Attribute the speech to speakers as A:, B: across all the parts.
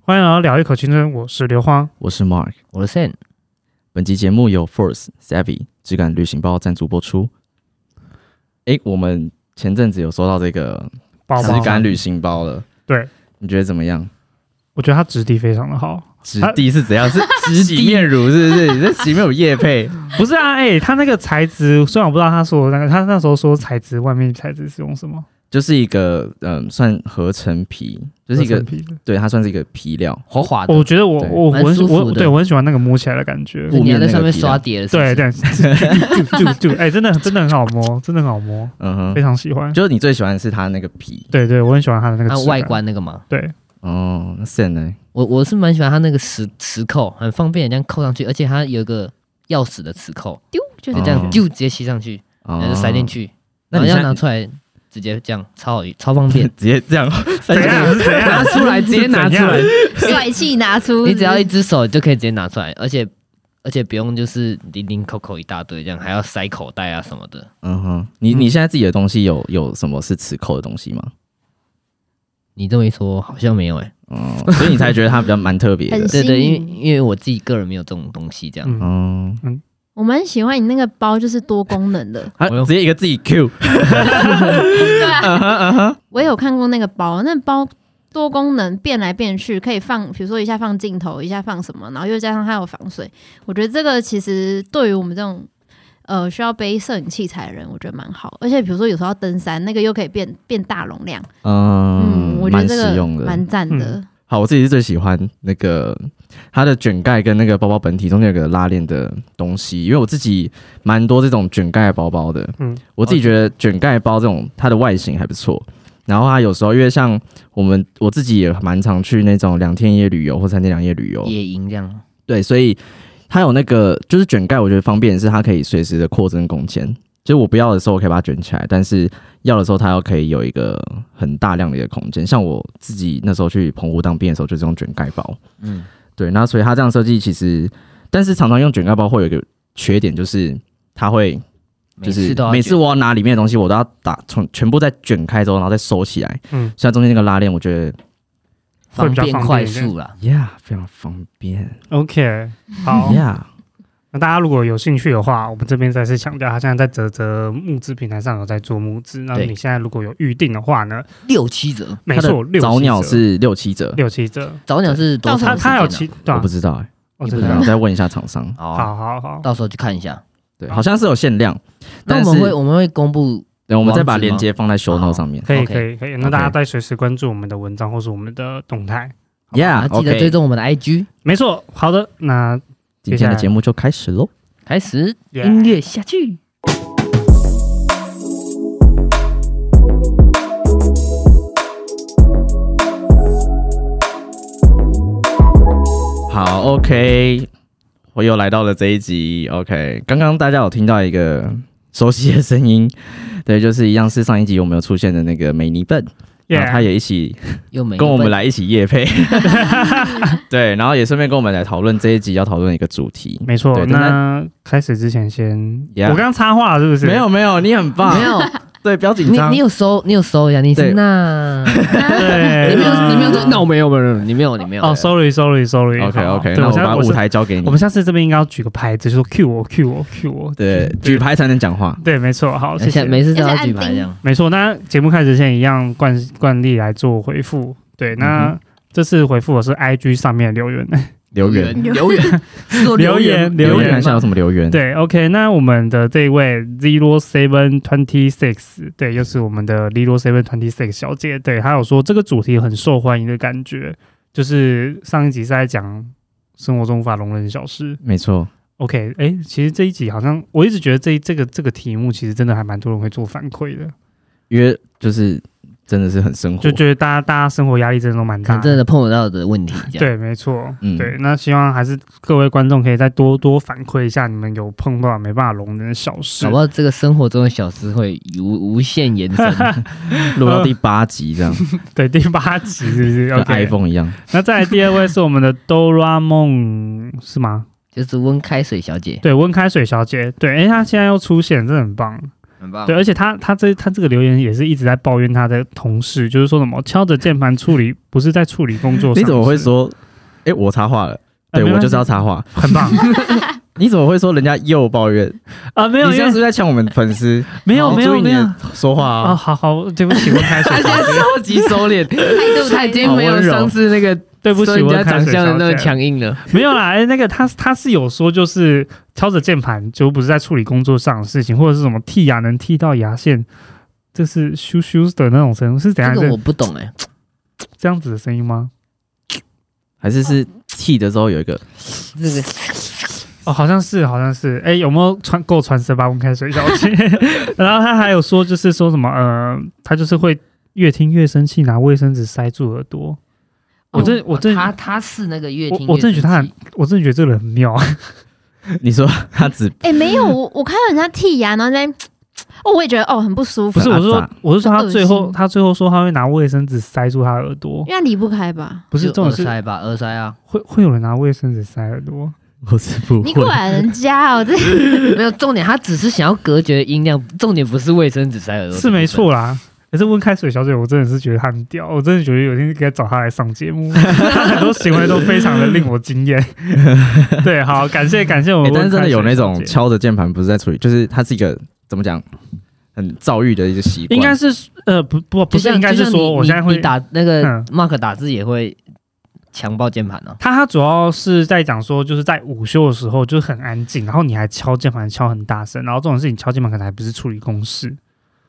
A: 欢迎来到聊一口青春，我是刘荒。
B: 我是 Mark，
C: 我的 Sen，
B: 本集节目由 Force Savvy 质感旅行包赞助播出。诶，我们前阵子有收到这个
A: 宝宝
B: 质，感旅行包了，
A: 对，
B: 你觉得怎么样？
A: 我觉得它质地非常的好。
B: 质地是怎 样？是是洗面乳是不是？你这洗面乳液配？
A: 不是啊，哎、它那个材质，虽然我不知道他说的那个，他那时候说材质，外面材质是用什么？
B: 就是一个嗯，算合成皮，就是一
A: 合
B: 个
A: 成皮的
B: 对它算是一个皮料，
C: 滑滑的，
A: 我觉得我
B: 对
A: 我
C: 蛮
A: 我很喜
C: 舒服
A: 我
C: 的
A: 对我很喜欢那个摸起来的感觉。
B: 我
C: 你要在上面
B: 雾面那个皮啊
C: 刷碟了，是不
A: 对
C: 是，
A: 对， 就就就哎，真的真的很好摸，真的很好摸，
B: 嗯
A: 非
B: 哼，
A: 常喜欢。
B: 就是你最喜欢的是它那个皮
A: 对对，我很喜欢它的那个
C: 它
B: 啊
A: 质感
C: 啊外。观那个嘛，
A: 对，
B: 哦。那 Sen 呢？
C: 我我是蛮喜欢它那个磁磁扣，很方便，这样扣上去，而且它有一个钥匙的磁扣，
D: 丢就
C: 就
D: 这
C: 这
D: 样
B: 哦
C: 样丢直接吸上去，然后
B: 哦
C: 就塞进，去，
B: 那
C: 然
B: 你
C: 后要
B: 现在，
C: 拿出来直接这样，超好超方便
B: 直接这样
A: 怎
B: 塞进去
A: 样是怎样？
C: 拿出来 直接拿出来
A: 是，
D: 帅气拿出，嗯
C: 你只要一只手就可以直接拿出来，而且而且不用就是零零扣扣一大堆这样，还要塞口袋啊什么的。
B: 嗯哼，你你现在自己的东西有有什么是磁扣的东西吗？
C: 你这么一说，好像没有哎、
B: 哦， 所以你才觉得它比较蛮特别的
D: 很。
C: 对对，
D: 新
C: 因
D: 颖
C: 为因为我自己个人没有这种东西，这样、
A: 嗯，
B: 哦，。
D: 我蛮喜欢你那个包，就是多功能的
B: 他直接一个自己 Q，
D: 对啊，我也有看过那个包，那包多功能变来变去，可以放，比如说一下放镜头，一下放什么，然后又加上它有防水。我觉得这个其实对于我们这种。呃，需要背摄影器材的人，我觉得蛮好。而且比如说有时候要登山，那个又可以变变大容量，嗯，
B: 嗯，
D: 我觉得
B: 蛮
D: 这
B: 实
D: 个
B: 用的。
D: 蛮赞的。
B: 好，我自己是最喜欢那个它的卷盖跟那个包包本体中间有个拉链的东西，因为我自己蛮多这种卷盖包包的。
A: 嗯
B: 嗯，我自己觉得卷盖包这种它的外形还不错。然后它有时候因为像我们我自己也蛮常去那种两天一夜旅游或三天两夜旅游，
C: 野营这样。
B: 对，所以它有那个就是卷盖，我觉得方便的是它可以随时的扩增空间。就是我不要的时候，我可以把它卷起来；但是要的时候，它又可以有一个很大量的一个空间。像我自己那时候去澎湖当兵的时候，就是用卷盖包。
C: 嗯，
B: 对，那所以它这样设计其实，但是常常用卷盖包会有一个缺点，就是它会
C: 每
B: 就是
C: 次都要
B: 每次
C: 卷
B: 我要拿里面的东西，我都要打从全部再卷开之后，然后再收起来。
A: 嗯
B: 嗯，所以它中间那个拉链，我觉得
A: 会比
C: 方
A: 较
C: 便
A: 方便
C: 快
A: 一点
C: 速啦。
B: 呀、非常方便
A: OK，好。
B: 呀。
A: 那大家如果有兴趣的话，我们这边再次强调，他现在在泽泽募资平台上有在做募资。那
C: 对
A: 你现在如果有预定的话呢，
C: 六七折，
A: 没
B: 它的
A: 错，六七
B: 早鸟
A: 折
B: 是六七折，
A: 六七折。
C: 早鸟是多
A: 到
C: 长
A: 时
C: 时
A: 候
C: 间、啊？
A: 他有七，对
B: 我
A: 啊
B: 不，知道哎、
A: 我
C: 你
A: 知
C: 不
B: 对
C: 知
B: 啊
A: 道
C: 道
B: 我。再问一下厂商。
C: 哦，
A: 好好好，
C: 到时候去看一下。
B: 对，好像是有限量，
C: 那
B: 但是
C: 我们会我们会公布
B: 对，我们再把
C: 网址吗
B: 链接放在 show note 上面。
A: 可以
C: OK
A: 可以可以。那
B: OK
A: 大家再随时关注我们的文章或是我们的动态。
C: 啊，
B: Yeah，
C: 记得追
B: OK，
C: 踪我们的 IG。
A: 没错，好的，那
B: 今天的节目就开始喽。
C: 开始
A: Yeah
C: 音乐下去。
B: 好，OK，我又来到了这一集。OK，刚刚大家有听到一个熟悉的声音， 对，就是一样是上一集我们有出现的那个美尼笨，然后他
A: Yeah，
B: 也一起
C: 又没
B: 跟我们来一起夜配， 对，然后也顺便跟我们来讨论这一集要讨论一个主题。
A: 没错。
B: 对但
A: 那开始之前先，我
B: Yeah
A: 刚刚插话了是不是？
B: 没有没有，你很棒，
C: 没有，
B: 对，不要紧
C: 你
B: 张
C: 你。有搜你有搜一下，你
B: 对
C: 是那
A: 对，
C: 你没有
A: 哎那
C: 你没有搜，那我没有没有没有你没有你没有
A: 哦，sorry sorry sorry。
B: OK
A: 好
B: OK，
A: 对
B: 那
A: 我
B: 我
A: 现在
B: 把
A: 我
B: 舞
A: 是
B: 台交给你
A: 我。们下次这边应该要举个牌子，就说 “Q 我 Q 我 Q 我”。
B: 对，举牌才能讲话。
A: 对，没错，好，谢
C: 而且
A: 谢。
C: 每次都
D: 要
C: 要
D: 是按
C: 举牌
D: 钉
C: 这样。
A: 没错，那节目开始前一样惯惯例来做回复。对，那、这次回复我是 IG 上面留言。
B: 留言，
C: 留言，是 说
A: 留言
C: 吗
A: 留
B: 留
A: 言
B: 言看一下有
C: 吗
B: 什么留言？，
A: 对，OK，那我们的这一位 Zero Seven Twenty Six，对，又是我们的 Zero Seven Twenty Six 小姐，对，她有说这个主题很受欢迎的感觉，就是上一集是在讲生活中无法容忍的小事。
B: 没错，
A: OK，哎、其实这一集好像我一直觉得这一这个这个题目其实真的还蛮多人会做反馈的，
B: 因为就是真的是很生活，
A: 就觉得大家大家生活压力真的都蛮
C: 可
A: 大
C: 能
A: 的，
C: 真的碰得到的问题这样。
A: 啊对，没错，
B: 嗯
A: 对。那希望还是各位观众可以再多多反馈一下，你们有碰到没办法容忍的小事
C: 搞
B: 啊
C: 不。好这个生活中的小事会无无限延伸。
B: 录到第八集这样，
A: 对，第八集是不 是
B: 跟
A: ？OK。
B: iPhone 一样。
A: 那再来第二位是我们的哆啦梦，是吗？
C: 就是温开水小姐，
A: 对，温开水小姐，对，哎、她现在又出现，真的很棒。
C: 很棒。
B: 啊
A: 对，而且他他这他这个留言也是一直在抱怨他的同事，就是说什么敲着键盘处理，不是在处理工作上。
B: 你怎么会？说？哎、我插话了，
A: 呃
B: 对
A: 没
B: 我
A: 关
B: 就是
A: 系
B: 要插话。
A: 很棒
B: 你怎么会说人家又抱怨？
A: 啊！ 没
B: 你
A: 有，
B: 这
A: 因
B: 样
A: 为
B: 是不是在抢我们粉丝？
A: 没有
B: 你
A: 没
B: 注
A: 有
B: 意
A: 没
B: 你
A: 有
B: 的说话
A: 啊！
B: 啊！
A: 好好，对不起，我开始
C: 他现在超级收 敛，
D: 态度
C: 他
D: 太
C: 已 经没有上次那个
A: 对不
C: 说
A: 起，
C: 人
A: 我
C: 家
A: 开
C: 长
A: 始
C: 相的
A: 道
C: 那个
A: 歉
C: 强硬了。
A: 没有啦，哎、那个他他是有说，就是敲着键盘就不是在处理工作上的事情，或者是什么剔牙能剔到牙线，这是咻咻的那种声音，是怎样
C: 这个我
A: 这
C: 不懂哎，
A: 这样子的声音吗？
B: 还是是气的时候有一个
C: 这个
A: 哦，好像是，好像是。哎、有没有穿够穿十八公开水小 姐？然后他还有说，就是说什么呃，他就是会越听越生气，拿卫生纸塞住耳朵。我真我真
C: 哦他他是那个乐听，
A: 我我真的觉得他很，我真的觉得这个人很妙。
B: 你说他只
D: 哎、没有，我我看到人家剔牙，然后在那边哦，我也觉得哦很不舒服，
A: 不是，我是
B: 很
A: 说
B: 阿杂，
A: 我是说他最
D: 很恶
A: 后
D: 心
A: 他最后说他会拿卫生纸塞住他耳朵，
D: 因为它离不开吧。
A: 不是这
C: 就
A: 种
C: 耳
A: 是
C: 塞吧？耳塞啊，
A: 会会有人拿卫生纸塞耳朵？
B: 我是不
D: 你
B: 会，
D: 管人家哦，这
C: 没有重点，他只是想要隔绝音量，重点不是卫生纸塞耳朵，
A: 是没。错啦。可是温开水小姐，我真的是觉得她很屌，我真的觉得有一天应该找她来上节 目，她很多行为都非常的令我惊艳。对，好，感谢感谢我
B: 欸
C: 哎
A: 们温开
B: 但是
A: 水
B: 真的有那
A: 小
B: 种
A: 姐
B: 敲着键盘不是在处理，就是他是一个怎么讲，很躁郁的一个习惯。
A: 应该是呃不不不
C: 就是像
A: 应该
C: 就是像
A: 说
C: 你
A: 我现在
C: 你
A: 会
C: 你打那个
A: 嗯
C: Mark 打字也会强暴键盘哦。
A: 他他主要是在讲说，就是在午休的时候就是很安静，然后你还敲键盘敲很大声，然后这种事情敲键盘可能还不是处理公事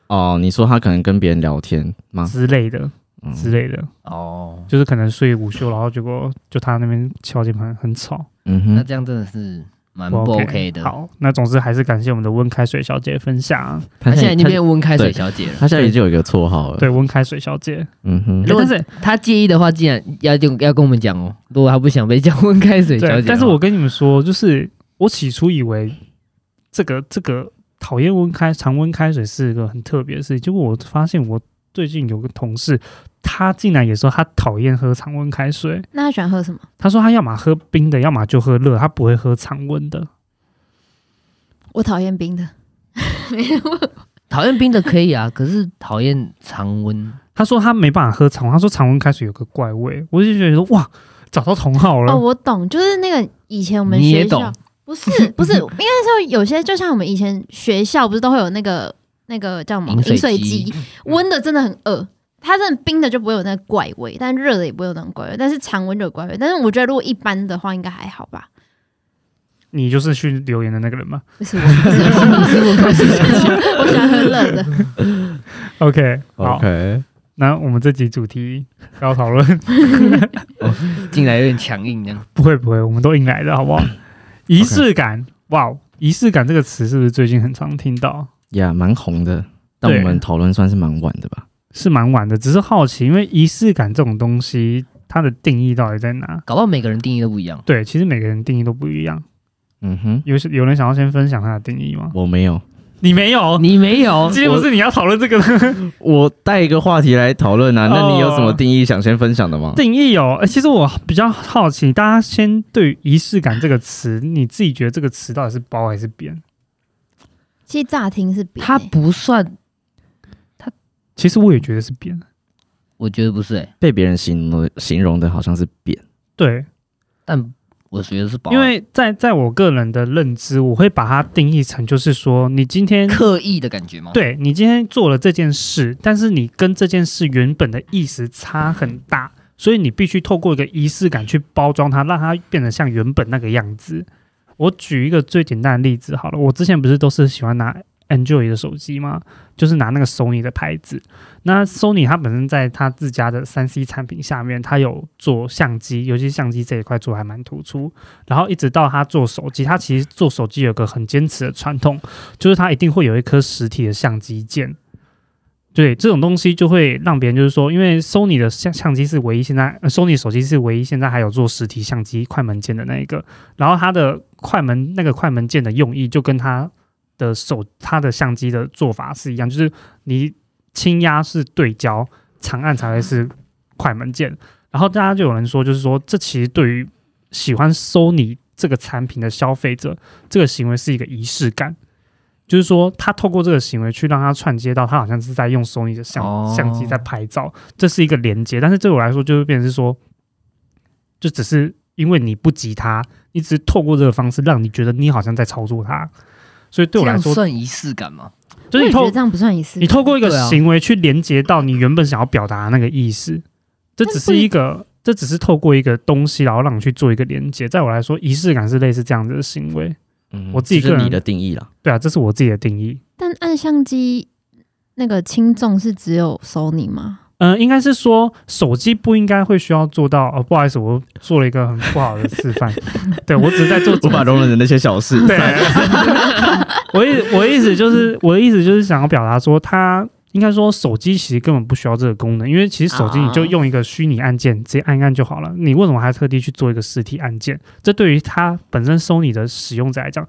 B: 哦，你说他可能跟别人聊天
C: 啊
B: 吗？
A: 之类的
B: 嗯，
A: 之类的，
C: 哦，
A: 就是可能睡午休，然后结果就他那边敲键盘很吵。
B: 嗯
C: 那
B: 哼，
C: 这样真的是蛮
A: 不
C: 不
A: OK
C: OK 的。，
A: 好，那总之还是感谢我们的温开水小姐的分享。
C: 他
B: 他
C: 现在已经
B: 他
C: 变温开水小姐了。
B: 他现在已经有一个绰号了。
A: 对，温开水小姐，
B: 嗯哼，
C: 如果
A: 但是
C: 他介意的话，竟然要用要跟我们讲哦。如果他不想被叫温开水小姐的
A: 对
C: 哦话，，
A: 但是我跟你们说，就是我起初以为这个这个讨厌温开常温开水是一个很特别的事情，结果我发现我最近有个同事，他竟然也说他讨厌喝常温开水，
D: 那他喜欢喝什么？
A: 他说他要么喝冰的，要么就喝热，他不会喝常温的。
D: 我讨厌冰的，
C: 讨厌冰的可以啊，可是讨厌 常温，
A: 他说他没办法喝常温，他说常温开水有个怪味，我就觉得说哇，找到同好了。
D: 哦，我懂，就是那个以前我们
C: 你也
D: 学校
C: 懂
D: 不 是不是，应该说有些就像我们以前学校不是都会有那个那个叫什么
C: 饮水
D: 水
C: 机嗯
D: 机，温的真的很饿。它真的冰的就不会有那个怪味，但热的也不会有那种怪味，但是常温就有怪味。但是我觉得如果一般的话，应该还好 吧。
A: 你就是去留言的那个人吗
D: 不是我，不是我，不是我，不是我，我喜欢喝热的。
A: ？OK，好，
B: OK，
A: 那我们这集主题要讨论。
C: 进来有点强硬啊这样。
A: 不会不会，我们都硬来的好不好？仪式感，哇，仪式感这个词是不是最近很常听到？
B: 呀，蛮红的，但
A: 对
B: 我们讨论算是蛮晚的吧？
A: 是蛮晚的，只是好奇，因为仪式感这种东西，它的定义到底在哪？
C: 搞不好每个人定义都不一样。
A: 对，其实每个人定义都不一样。
B: 嗯哼，
A: 有有人想要先分享他的定义吗？
B: 我没有，
A: 哦你没有，
C: 你没有，
A: 今天不是你要讨论这个
B: 我带一个话题来讨论啊。那你有什么
A: 哦
B: 定义想先分享的吗？
A: 定义哦、呃其实我比较好奇，大家先对于仪式感这个词，你自己觉得这个词到底是褒还是贬？
D: 其实乍听是冰、
C: 他
D: 欸，
C: 不算，
A: 其实我也觉得是贬。
C: 我觉得不是哎、
B: 被别人形容形容的好像是扁，
A: 对，
C: 但我觉得是保安
A: 因为在在我个人的认知，我会把它定义成就是说，你今天
C: 刻意的感觉吗？，
A: 对你今天做了这件事，但是你跟这件事原本的意思差很大，所以你必须透过一个仪式感去包装它，让它变得像原本那个样子。我举一个最简单的例子好了，我之前不是都是喜欢拿 Android 的手机吗？就是拿那个 Sony 的牌子。那 Sony 它本身在它自家的三 C 产品下面，它有做相机，尤其相机这一块做得还蛮突出。然后一直到它做手机，它其实做手机有个很坚持的传统，就是它一定会有一颗实体的相机键。对，这种东西就会让别人就是说，因为 Sony 的相相机是唯一现在、呃、，Sony 手机是唯一现在还有做实体相机快门键的那一个，然后它的快门那个快门键的用意就跟它的手它的相机的做法是一样，就是你轻压是对焦，长按才会是快门键。然后大家就有人说，就是说这其实对于喜欢 Sony 这个产品的消费者，这个行为是一个仪式感。就是说他透过这个行为去让他串接到他好像是在用 Sony 的相、
C: 哦
A: 相机在拍照，这是一个连接。但是对我来说，就会变成是说，就只是因为你不及他，你只是透过这个方式让你觉得你好像在操作他，所以对我来
C: 这样
A: 说，
C: 算仪式感吗？
A: 就是
D: 我
A: 你
D: 也觉
A: 透
D: 得这样不算仪式
A: 你
D: 感。
A: 透过一个
C: 对啊
A: 行为去连接到你原本想要表达的那个意思，这
D: 但
A: 只
D: 不
A: 是
D: 一
A: 一个，这只是透过一个东西，然后让你去做一个连接。在我来说，仪式感是类似这样子的行为。
B: 嗯
A: 我自己
B: 这是
A: 个人
B: 你的定义啦，
A: 对啊，这是我自己的定义。
D: 但按相机那个轻重是只有 Sony 吗？
A: 嗯、应该是说手机不应该会需要做到。哦，不好意思，我做了一个很不好的示范。 对 我只是在做
B: 无法容忍的那些小 事。
A: 对，我意我意思就是我的意思就是想要表达说，它应该说手机其实根本不需要这个功能，因为其实手机你就用一个虚拟按键直接按一按就好了，你为什么还特地去做一个实体按键？这对于它本身 Sony 的使用者来讲。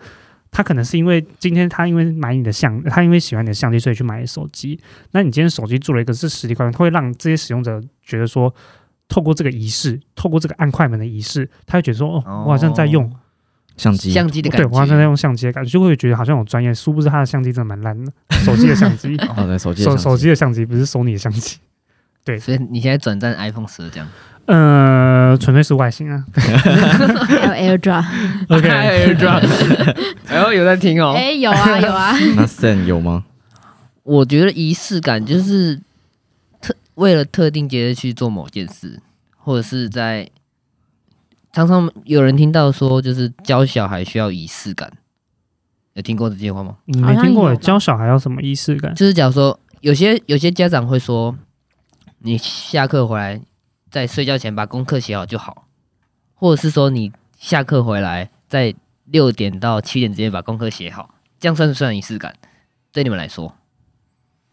A: 他可能是因为今天他因为买你的相，他因为喜欢你的相机，所以去买手机。那你今天手机做了一个是实体快门，它会让这些使用者觉得说，透过这个仪式，透过这个按快门的仪式，他会觉得说，哦，我好像在用
B: 相机，
C: 相机的感
A: 对
C: 觉，
A: 我好像在用相机的感觉，就会觉得好像有专业，殊不知他的相机真的蛮 烂的，手机的相机，
B: 哦，对，手机的
A: 手
B: 相
A: 手机的相机不是 Sony 的相机，
C: 所以你现在转战 iPhone 十这样
A: 呃，纯粹是外形啊。
D: 还有 AirDrop？
A: OK，哎
C: AirDrop，然后有在听哦
D: 哎、有 啊有啊，
B: 那 Sen 有吗？
C: 我觉得仪式感就是特为了特定节日去做某件事，或者是在常常有人听到说，就是教小孩需要仪式感，有听过这句话吗？
A: 你
D: 好
A: 没
D: 像
A: 听过
D: 有吧
A: 教小孩要什么仪式感？
C: 就是假如说有些有些家长会说，你下课回来在睡觉前把功课写好就好，或者是说你下课回来在六点到七点之间把功课写好，这样算不算仪式感？对你们来说，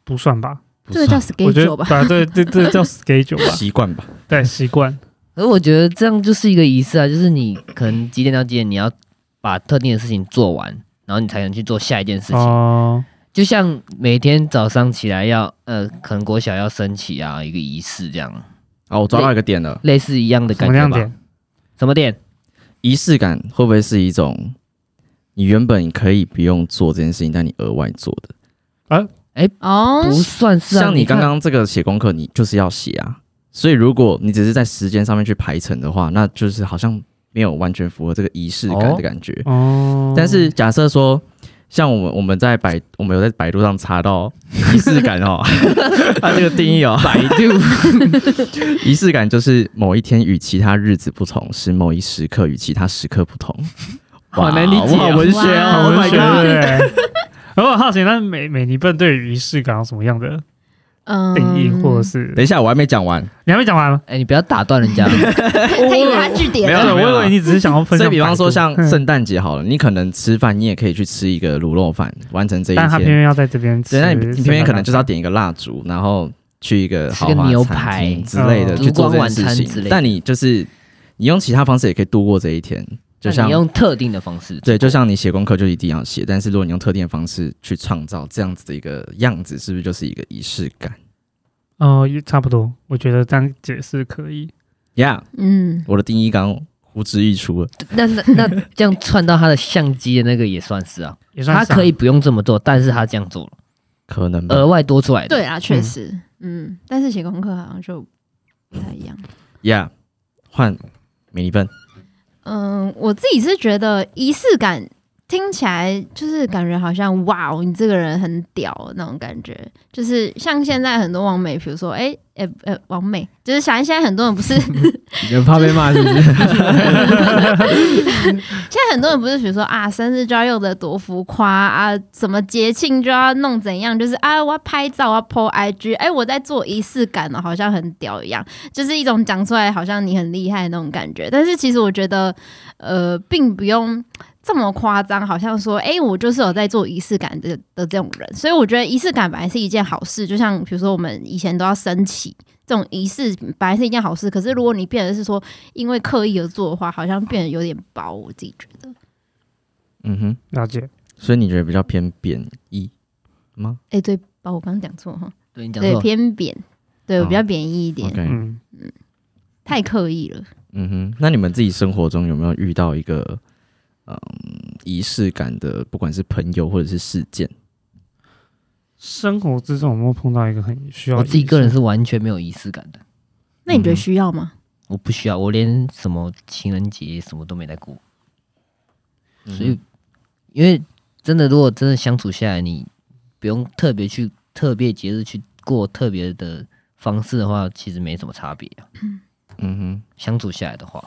A: 不算吧，
B: 不
D: 这个叫
B: 算
A: 我觉得
D: schedule 吧？
A: 对啊，这这这叫 schedule 吧，
B: 习惯吧，
A: 对，习惯。
C: 可是我觉得这样就是一个仪式啊，就是你可能几点到几点你要把特定的事情做完，然后你才能去做下一件事情。
A: 哦，
C: 就像每天早上起来要呃，可能国小要升旗啊，一个仪式这样，
B: 哦，我抓到一个点了，
C: 类似一样的
A: 什
C: 感
A: 么
C: 觉
A: 样
C: 吧？
A: 点？
C: 什么点？
B: 仪式感会不会是一种你原本可以不用做这件事情，但你额外做的？
D: 哦
C: 不，算是啊，
B: 像你刚
C: 看
B: 刚这个写功课，你就是要写啊。所以如果你只是在时间上面去排程的话，那就是好像没有完全符合这个仪式感的感觉。
A: 哦，
B: 但是假设说，像我们我们在百我们有在百度上 查到仪式感哦，它这个定义哦，百度 仪式感就是某一天与其他日子不同，使某一时刻与其他时刻 不同。
C: 好难理解
B: 我好
C: 哦
B: 文学哦，
D: 哇
B: Oh
A: 文
B: my
A: 学
B: god
A: 对不对。然 后我好奇，那美美尼笨对于仪式感有什么样的
D: 嗯，
A: 定义，或者是
B: 等一下，我还没讲完。
A: 你还没讲完吗？
C: 哎、你不要打断 人家。
D: 他以为他据点
B: 没有
A: 对，我
B: 没有
A: 以为你只是想要分
B: 所
A: 享百
B: 以，
A: 度。
B: 比方说像
A: 嗯
B: 圣诞节好了，你可能吃饭，你也可以去吃一个卤肉饭，完成这一
A: 但他偏
B: 天。
A: 偏要在这边吃，
B: 对，那你你偏偏可能就是要点一个蜡烛，然后去一个
C: 吃
B: 豪
C: 个
B: 华
C: 牛
B: 餐厅
C: 排哦
B: 之类的
A: 嗯
B: 去做这件
C: 烛光晚
B: 事
C: 餐之类
B: 情
C: 的。
B: 但你就是你用其他方式也可以度过这一天，就
C: 那
B: 像
C: 你用特定的方式，
B: 对，就像你写功课就一定要写，但是如果你用特定的方式去创造这样子的一个样子，是不是就是一个仪式感
A: 哦，也差不多，我觉得这样解释可以。
B: ？Yeah，
D: 嗯，
B: 我的定义刚呼之欲出了。
C: 那那那这样串到他的相机的那个也算是啊，
A: 也算
C: 他
A: 是啊
C: 可以不用这么做，但是他这样做了，
B: 可能吧
C: 额外多出来的。
D: 对啊，确实，嗯，但是写功课好像就不太一样。
B: ，Yeah，换美丽笨，
D: 嗯，我自己是觉得仪式感听起来就是感觉好像哇哦，你这个人很屌那种感觉，就是像现在很多网美，比如说哎哎哎，网美就是想现在很多人不是现
B: 你们怕被骂是不是？
D: 在很多人不是比如说啊生日就要用的多浮夸啊，什么节庆就要弄怎样，就是啊我要拍照我要 po IG，哎我在做仪式感哦，好像很屌一样，就是一种讲出来好像你很厉害的那种感觉。但是其实我觉得呃，并不用这么夸张，好像说，哎、我就是有在做仪式感的的这种人，所以我觉得仪式感本来是一件好事，就像比如说我们以前都要升旗。这种仪式本来是一件好事，可是如果你变得是说因为刻意而做的话，好像变得有点薄。我自己觉得，
B: 嗯哼。
A: 了解，
B: 所以你觉得比较偏贬义吗
D: 哎、对，把我刚刚讲错哦哈，
C: 对你讲
D: 对，
C: 错，
D: 偏扁，对我比较
B: 好
D: 贬义一点，
B: ？OK，嗯
A: 嗯，
D: 太刻意了。
B: 哼，那你们自己生活中有没有遇到一个嗯仪式感的，不管是朋友或者是事件。
A: 生活之中有没有碰到一个很需要？
C: 我自己个人，是完全没有仪式感的，
D: 那你觉得需要吗？
C: 我不需要，我连什么情人节什么都没来过，
B: 嗯
C: 所以因为真的，如果真的相处下来，你不用特别去特别节日去过特别的方式的话，其实没什么差别、啊。
B: 嗯哼，
C: 相处下来的话，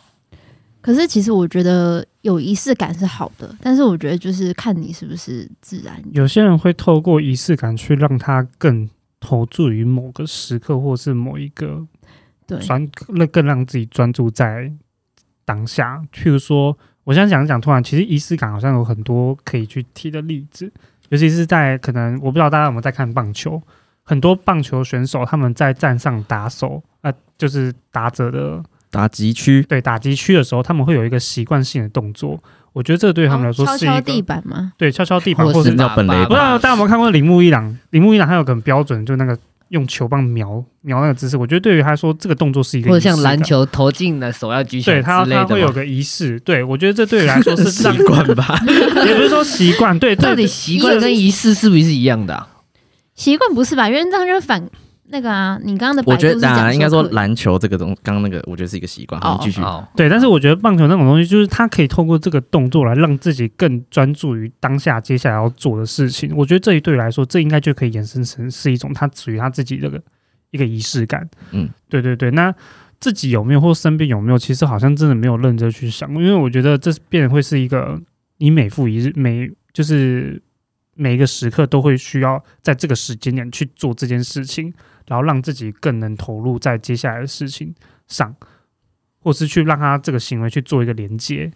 D: 可是其实我觉得有仪式感是好的，但是我觉得就是看你是不是自然。
A: 有些人会透过仪式感去让他更投注于某个时刻，或是某一个
D: 对，
A: 专更更让自己专注在当下。譬如说，我现在讲一讲，突然其实仪式感好像有很多可以去提的例子，尤其是在可能我不知道大家有没有在看棒球，很多棒球选手他们在站上打手，啊、就是打者的
B: 打击区，
A: 对打击区的时候，他们会有一个习惯性的动作。我觉得这个对他们来说
D: 敲
A: 是一
D: 哦敲
A: 个
D: 地板吗？
A: 对敲敲地板，或
B: 是
A: 是
B: 叫本垒
A: 不知道大家有没有看过铃木一朗？铃木一朗他有个很标准，就那个用球棒瞄瞄那个姿势。我觉得对于他来说，这个动作是一个
C: 或者
A: 仪
C: 像
A: 式感
C: 篮球投进了手要举起
A: 对
C: 来
A: 他
C: 之类
A: 他会
C: 的
A: 有
C: 嘛。
A: 个仪式，对我觉得这对于来说是
B: 习
A: 让，
B: 惯吧？
A: 也不是说习惯，对，
C: 到底
A: 对
C: 习惯跟仪式是不是一样的、啊？
D: 习惯不是吧？因为这样就是反那个啊，你刚刚的
B: 我
D: 百度
B: 觉
D: 是
B: 得当
D: 讲
B: 然应该说
D: 可以
B: 篮球这个东，刚刚那个我觉得是一个习惯。好，
D: 哦
B: 你继续。
C: 哦，
A: 对，但是我觉得棒球那种东西，就是他可以透过这个动作来让自己更专注于当下接下来要做的事情。我觉得这一对于来说，这应该就可以衍生成是一种他属于他自己的个一个仪式感。
B: 嗯，
A: 对对对，那。自己有没有或身边有没有，其实好像真的没有认真去想，因为我觉得这是变得会是一个你每复一日每就是每一个时刻都会需要在这个时间点去做这件事情，然后让自己更能投入在接下来的事情上，或是去让他这个行为去做一个连接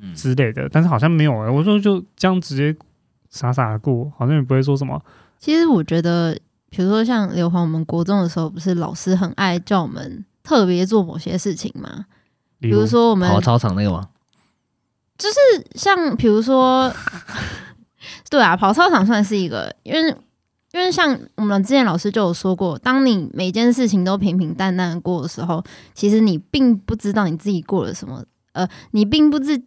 C: 嗯
A: 之类的。但是好像没有哎、我说就这样直接傻傻的过，好像也不会说什么。
D: 其实我觉得，比如说像刘皇，我们国中的时候不是老师很爱叫我们特别做某些事情吗？
A: 比
D: 比如说我们
C: 跑操场那个吗？
D: 像比如说， 对啊，跑操场算是一个，因为因为像我们之前老师就有说过，当你每件事情都平平淡淡的过的时候，其实你并不知道你自己过了什么，呃，你并不知，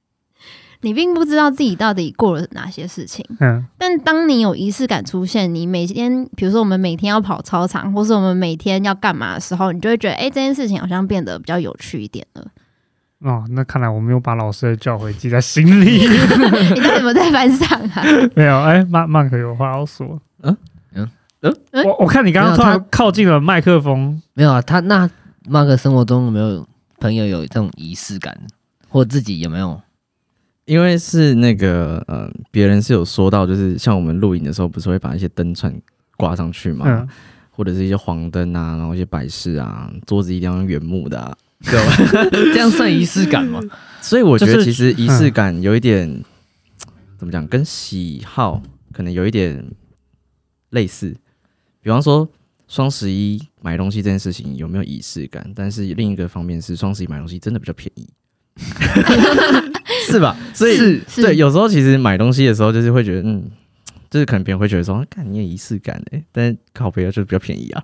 D: 你并不知道自己到底过了哪些事情。
A: 嗯，
D: 但当你有仪式感出现，你每天，比如说我们每天要跑操场，或是我们每天要干嘛的时候，你就会觉得，哎、这件事情好像变得比较有趣一点了。
A: 哦，那看来我没有把老师的教诲记在心 里。
D: 你到底有没有在班上啊？
A: 没有，哎、麦麦克有话要说。
B: 嗯
C: 嗯
B: 嗯
D: 嗯
A: 我我看你刚刚突
C: 没有
A: 然靠近了麦克风，
C: 没有啊，他那马克生活中有没有朋友有这种仪式感，或自己有没有？
B: 因为是那个，嗯、别人是有说到，就是像我们录影的时候，不是会把一些灯串挂上去嘛，
A: 嗯，
B: 或者是一些黄灯啊，然后一些摆饰啊，桌子一定要用原木的、啊。
C: 这样算仪式感吗？
B: 所以我觉
A: 就
B: 得
A: 是
B: 其实仪式感有一点，怎么讲，跟喜好可能有一点类似。比方说双十一买东西这件事情有没有仪式感？但是另一个方面是双十一买东西真的比较便 宜，是吧？所以
C: 是
D: 是
B: 对，有时候其实买东西的时候就是会觉得，嗯，就是可能别人会觉得说，看你有仪式感哎、但是靠别人就是比较便宜 啊。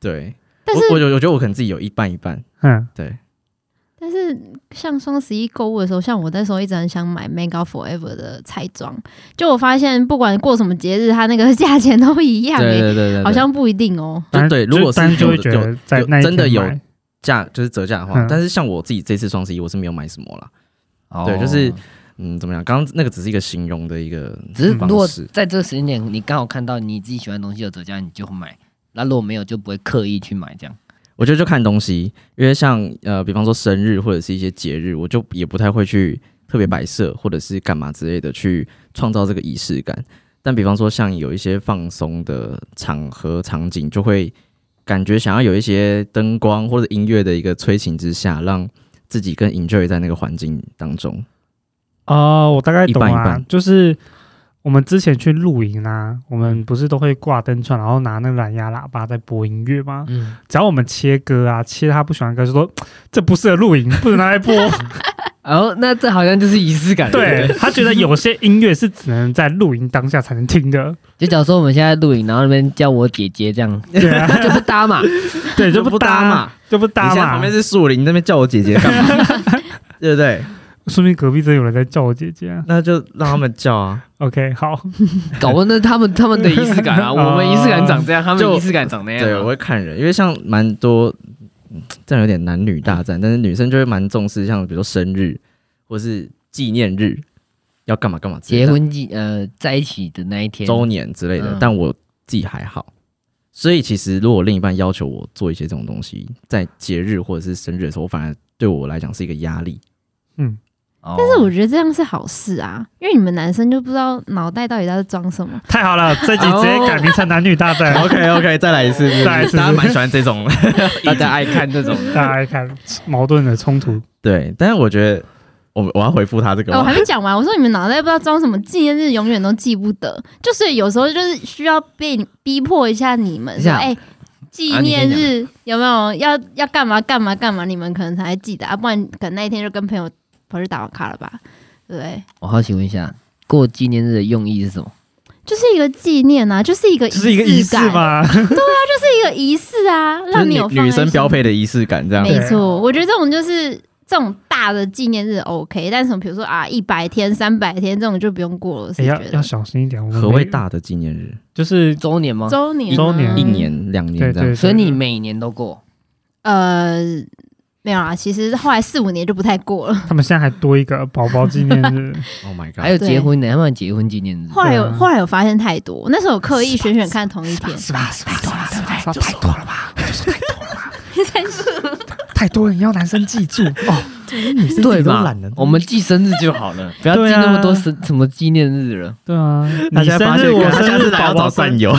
B: 对，
D: 但
B: 我我觉得我觉得我可能自己有一半一半，
A: 嗯，
B: 对，
D: 但是像双十一购物的时候，像我那时候一直很想买 Mega Forever 的彩妆，就我发现不管过什么节日，它那个 价钱都一样、
B: 对对对
D: 欸，
B: 对对，
D: 好像不一定哦、
B: 就对，如果是
A: 单就
B: 有
A: 会
B: 的
A: 觉
B: 有
A: 得在那一
B: 真的
A: 天
B: 有
A: 买
B: 价就是折价的话，
A: 嗯
B: 但是像我自己这次双十一我是没有买什么啦。
C: 哦
B: 对就是嗯，怎么讲？刚刚那个只是一个形容的一个
C: 只是
B: 方
C: 如果
B: 式，
C: 在这个时间点，你刚好看到你自己喜欢的东西有折价，你就会买；那如果没有，就不会刻意去买这样。
B: 我觉得就看东西，因为像呃，比方说生日或者是一些节日，我就也不太会去特别摆设或者是干嘛之类的去创造这个仪式感。但比方说像有一些放松的场合场景，就会感觉想要有一些灯光或者音乐的一个催情之下，让自己更 enjoy 在那个环境当中。
A: 哦，我大概
B: 一
A: 懂
B: 半
A: 啦、
B: 一半
A: 就是我们之前去露营啊，我
B: 嗯
A: 们不是都会挂灯串，然后拿那个蓝牙喇叭在播音乐吗？
C: 嗯，
A: 只要我们切歌啊，切他不喜欢的歌，就说这不适合露 营，不能拿来播。
C: 然后哦那这好像就是仪式感。
A: 对
C: 不，
A: 他觉得有些音乐是只能在露营当下才能听 的，
C: 就假如说我们现在录影，然后那边叫我姐姐这 样，
A: 对啊，
C: 就不搭嘛。
A: 对，
B: 就
A: 就
B: 不
A: 不
B: 搭
A: 搭
B: 嘛，
A: 就不
B: 你
A: 搭
B: 现在
A: 嘛
B: 旁边。是树林，你在那边叫我姐姐干嘛？对不对？
A: 说明隔壁真的有人在叫我姐姐啊。
B: 那就让他们叫啊。
A: OK，好，
C: 搞不那他们他们的仪式感 啊，我们仪式感长这样，他们
B: 就
C: 仪式感长那样啊。
B: 对，我会看人，因为像蛮多，嗯这样有点男女大战，但是女生就会蛮重视，像比如说生日或是纪念日，要干嘛干嘛之类的，
C: 结婚纪呃在一起的那一天，
B: 周年之类的。
C: 嗯
B: 但我自己还好，所以其实如果另一半要求我做一些这种东西，在节日或者是生日的时候，反而对我来讲是一个压力。
C: 但
D: 但是我觉得这样是好事啊，因为你们男生就不知道脑袋到底在装什么。
A: 太好了，这集直接改名成男女大战，
B: OK OK，再哎来一次，
A: 再来一次
B: 大家蛮喜欢这种， 大家爱看这种。
A: 大家来看矛盾的冲突。
B: 对，但是我觉得我我要回复他这个
D: 哦，我
B: 吗
D: 还没讲完，我说你们脑袋不知道装什么，纪念日永远都记不得，就是有时候就是需要被逼迫一下你们，
C: 等一
D: 说
C: 下
D: 哎，纪
B: 啊你先
D: 念
B: 讲
D: 日、有没有要要干嘛干嘛干嘛，你们可能才会记得啊，不然可能那一天就跟朋友跑去打卡了吧，对不对？
C: 我好奇问一下，过纪念日的用意是什么？
D: 就是一个纪念啊，就是一个
A: 这是一个
D: 仪
A: 仪
D: 式
A: 式
D: 感，啊
A: 吗？
D: 就是一个仪式啊，
B: 就是
D: 让你
B: 女
D: 有放在
B: 女生标
D: 心
B: 配的啊仪式感这样。
D: 没错，我觉得这种就是这种大的纪念日 OK，但是什么比如说啊一百天、三百天这种就不用过了，我是
A: 哎
D: 觉
A: 要要
D: 得
A: 小心一点。我们
B: 何谓
A: 没？
B: 大的纪念日？
A: 就是
C: 周年吗？
D: 周年啊
A: 周年
B: 一年、两
A: 对
B: 年这
A: 对，
B: 样。
C: 所以
A: 对
C: 你每年都过，
D: 呃没有啊，其实后来四五年就不太过了，
A: 他们现在还多一个宝宝纪念日，
B: Oh my god！
C: 还有
D: 对
C: 结婚的，他们有结婚纪念日。
D: 后来有
A: 对啊
D: 后来有发现太多，那时候有刻意选选看同一 天，
A: 吧？ 是吧？是吧？是吧太多了吧？我就说太多了吧？
D: 但是
A: 太多人要男生记 住哦，女生
C: 对
B: 都
C: 嘛
B: 懒得？
C: 我们记生日就好了，不要记
A: 对啊
C: 那么多生什么纪念日了。
A: 对啊，
B: 大
A: 你
B: 家
A: 生
B: 发
A: 日
B: 现
A: 我
B: 他
A: 生
B: 下
A: 日
B: 次来要
A: 宝
B: 找
A: 宝
B: 战
A: 生日，
B: 友，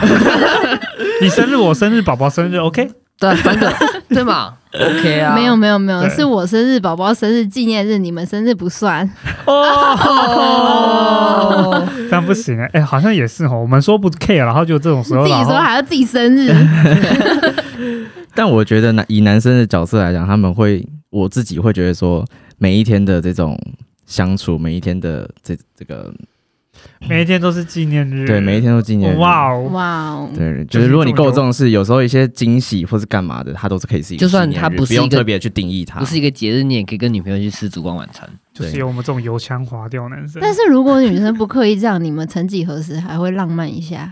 A: 你生日我生日宝宝生日，OK？
C: 对啊，反正对嘛？OK 啊，
D: 没有没有没有，
A: 对
D: 是我生日、宝宝生日、纪念日，你们生日不算，
C: 哦，
A: 这样不行哎，哎，好像也是哦。我们说不 care，然后就这种 时候，
D: 自己
A: 然后
D: 说还要自己生 日，
B: 但我觉得男以男生的角色来讲，他们会，我自己会觉得说，每一天的这种相处，每一天的这这个，
A: 嗯 每一天都是纪念日，
B: 对，每一天都纪念日。
A: 哇哦，
D: 哇哦，
B: 对，就是如果你够重视，有时候一些惊喜或是干嘛的，它都是可以是一个纪念日，
C: 就算它不
B: 不
C: 是一个
B: 用特别去定义它，
C: 不是一个节日，你也可以跟女朋友去吃烛光晚餐。
A: 就是
B: 对
A: 有我们这种油腔滑调男生，
D: 但是如果女生不刻意这样，你们曾几何时还会浪漫一下？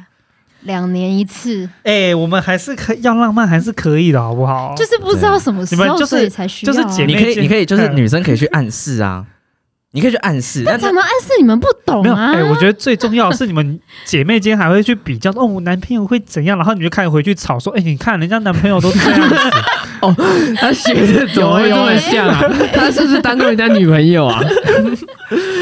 D: 两年一次，
A: 哎，我们还是可要浪漫，还是可以的好不好？
D: 就是不知道什么时
A: 你
D: 候，
A: 们就是
D: 所以才需要、啊。
A: 就是姐
B: 你
A: 妹
B: 可以，你可以，就是
A: 嗯
B: 女生可以去暗示啊，你可以去暗示，但
D: 但常常暗示你们不懂
A: 没有，
D: 啊
A: 哎、。我觉得最重要的是你们姐妹间还会去比较，哦，我男朋友会怎样，然后你就开始回去吵说，哎、你看人家男朋友都这样 子，
C: 他学的怎
D: 么会这么像
C: 啊？他是不是当过人家女朋友啊？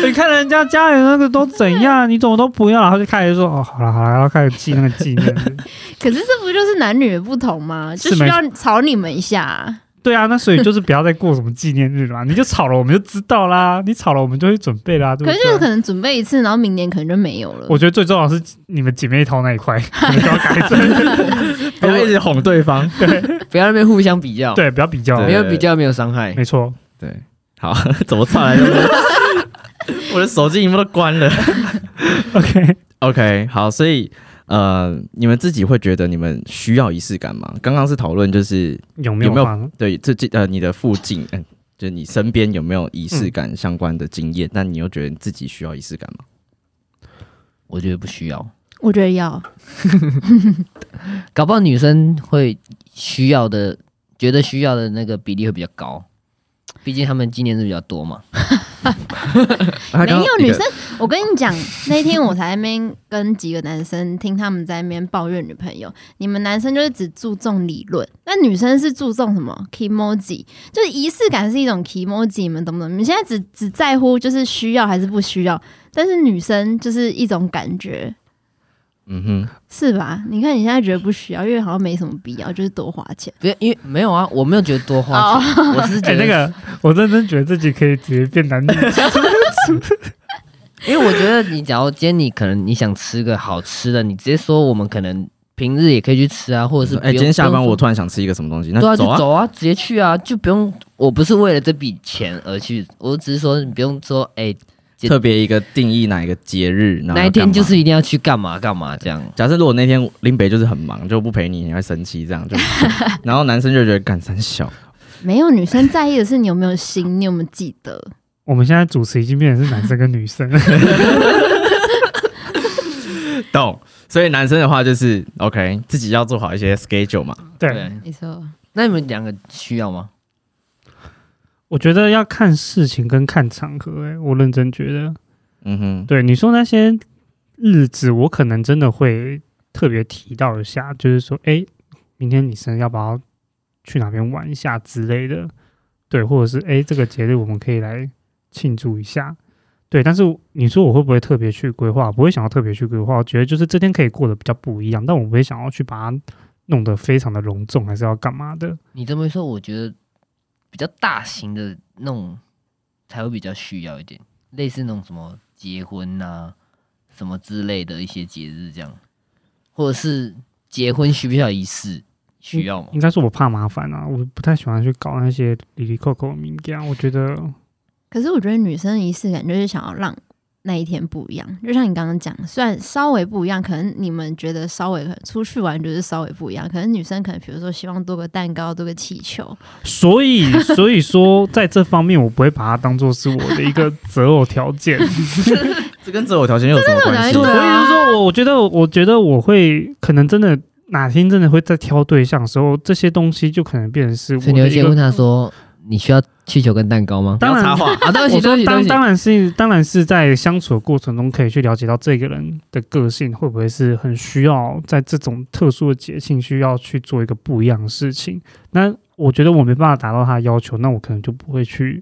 A: 你看人家家人那个都怎样，你怎么都不要，然后就开始说，哦，好了好了，然后开始记那个纪念日。
D: 可是这不就是男女的不同吗？
A: 是
D: 就需要吵你们一下啊、
A: 对啊，那所以就是不要再过什么纪念日啦，你就吵了我们就知道啦， 你吵了我们就会准备啦，对不
D: 可是就是可
A: 对？
D: 能准备一次，然后明年可能就没有了。
A: 我觉得最重要的是你们姐妹淘那一块，你们就要改正，
B: 不要一直哄对方。
C: 不要在那边互相比较，
A: 对，不要比较，
B: 对
C: 没有比较没有伤害。
A: 没错。
B: 对，好，怎么串来着？我的手机屏幕都关了。
A: OK，
B: OK，好，所以呃，你们自己会觉得你们需要仪式感吗？刚刚是讨论就是
A: 有没有
B: 有没有
A: 放
B: 对最近呃你的附近，嗯、就是你身边有没有仪式感相关的经验？但你又觉得你自己需要仪式感吗？
C: 我觉得不需要，
D: 我觉得要，
C: 搞不好女生会需要的，觉得需要的那个比例会比较高，毕竟他们纪念日比较多嘛。
B: 啊
D: 没有女生，，我跟你讲，那天我才在那边跟几个男生听他们在那边抱怨女朋友，你们男生就是只注重理论，那女生是注重什么 k m o j i 就是仪式感是一种 k m o j i 你们懂不懂？你们现在只只在乎就是需要还是不需要，但是女生就是一种感觉，
B: 嗯哼，
D: 是吧？你看你现在觉得不需要，因为好像没什么必要，就是多花钱。
C: 不，因为没有啊，我没有觉得多花钱，
D: 哦
C: 我是
A: 哎、
C: 觉得
A: 那个，我认真觉得自己可以直接变男女
C: 因为我觉得你，假如今天你可能你想吃个好吃的，你直接说我们可能平日也可以去吃啊，或者是
B: 哎、
C: 不用
B: 今天下班我
C: 不
B: 突然想吃一个什么东西，那
C: 用说对啊，
B: 走
C: 就走啊，直接去啊，就不用。我不是为了这笔钱而去，我只是说你不用说，哎、
B: 特别一个定义哪一个节日，然后
C: 那
B: 要
C: 一
B: 干
C: 天
B: 嘛
C: 就是一定要去干嘛干嘛这样。
B: 假设如果那天林北就是很忙，就不陪你，你会生气这样就，然后男生就觉得干三小，
D: 没有女生在意的是你有没有心，你有没有记得？
A: 我们现在主持已经变成是男生跟女生了。
B: 懂。所以男生的话就是 OK，自己要做好一些 schedule 嘛。
A: 对，
D: 没错，
C: 那你们两个需要吗？
A: 我觉得要看事情跟看场合、欸。我认真觉得，
B: 嗯哼，
A: 对你说那些日子，我可能真的会特别提到一下，就是说，哎、明天你生日要不要去哪边玩一下之类的，对，或者是哎、诶这个节日我们可以来庆祝一下，对。但是你说我会不会特别去规划？我不会想要特别去规划，我觉得就是这天可以过得比较不一样，但我不会想要去把它弄得非常的隆重，还是要干嘛的。
C: 你这么一说，我觉得比较大型的那种才会比较需要一点，类似那种什么结婚呐、什么之类的一些节日这样，或者是结婚需不需要仪式？需要吗？
A: 应该是我怕麻烦啊，我不太喜欢去搞那些里里扣扣的名件啊。我觉得
D: 可是我觉得女生仪式感就是想要让那一天不一样，就像你刚刚讲，虽然稍微不一样，可能你们觉得稍微可能出去玩就是稍微不一样，可能女生可能比如说希望多个蛋糕，多个气球，
A: 所以所以说，在这方面我不会把它当做是我的一个择偶条件。
B: 这跟择偶条件又有什么关系？
A: 所以就是说我我觉得我觉得我会可能真的哪天真的会在挑对象的时候，这些东西就可能变成嗯是我
C: 所以你
A: 的
C: 会
A: 一
C: 先问
A: 个。
C: 他说：“你需要气球跟蛋糕吗？”
B: 不
A: 当
B: 要插
A: 然，
B: 话
C: 啊，对不
A: 我
C: 起，对
A: 说
C: 不起，对
A: 当
C: 不起。
A: 当然是当然是在相处的过程中可以去了解到这个人的个性会不会是很需要在这种特殊的节庆需要去做一个不一样的事情。那我觉得我没办法达到他的要求，那我可能就不会去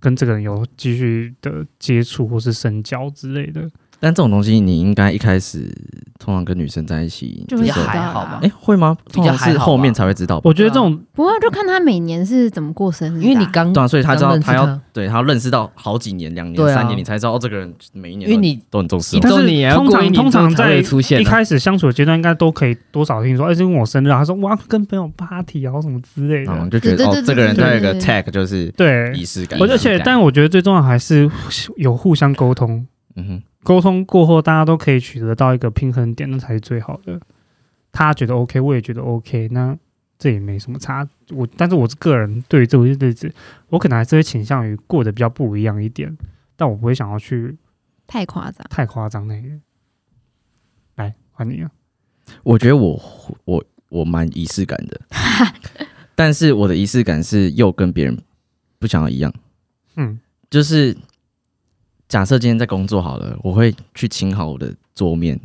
A: 跟这个人有继续的接触或是深交之类的。
B: 但这种东西你应该一开始通常跟女生在一起
D: 就会
C: 比较
D: 知道
C: 还
D: 啦
C: 好吧
B: 哎、会吗？
C: 比
B: 通
C: 较
B: 常
C: 还好吧
B: 是后面才会知道吧。
A: 我觉得这种
D: 不过就看她每年是怎么过生日的啊、
C: 因为你刚
B: 对啊，所以他知道
C: 刚认识
B: 他要
C: 他
B: 对他要认识到好几年、两年、
C: 对啊
B: 三年，你才知道哦，这个人每一年
C: 因为你
B: 都很重视
C: 一
B: 我。
A: 但是
C: 周年也要
A: 通
C: 过
A: 常
C: 一年
A: 通
C: 之后
A: 常
C: 才
A: 在
C: 会出现
A: 一
C: 啊
A: 开始相处的阶段，应该都可以多少听说，哎、这是我生日啊，他说我要跟朋友 party 啊，或什么之类的。
B: 嗯，就觉
D: 对
B: 得哦
D: 对对，
B: 这个人
D: 对对
B: 他有一个
D: 对
B: tag 就是
A: 对，
B: 仪式感。
A: 我而且，
C: 感
A: 但我觉得最重要还是有互相沟通，
B: 嗯哼，
A: 沟通过后大家都可以取得到一个平衡点，那才是最好的。他觉得 OK，我也觉得 OK，那这也没什么差。我，但是我个人对于这种日子，我可能还是会倾向于过得比较不一样一点，但我不会想要去
D: 太夸张，
A: 太夸张那个。来，换你了。啊
B: 我觉得我我我蛮仪式感的，但是我的仪式感是又跟别人不想要一样。
A: 嗯，
B: 就是假设今天在工作好了，我会去清好我的桌面，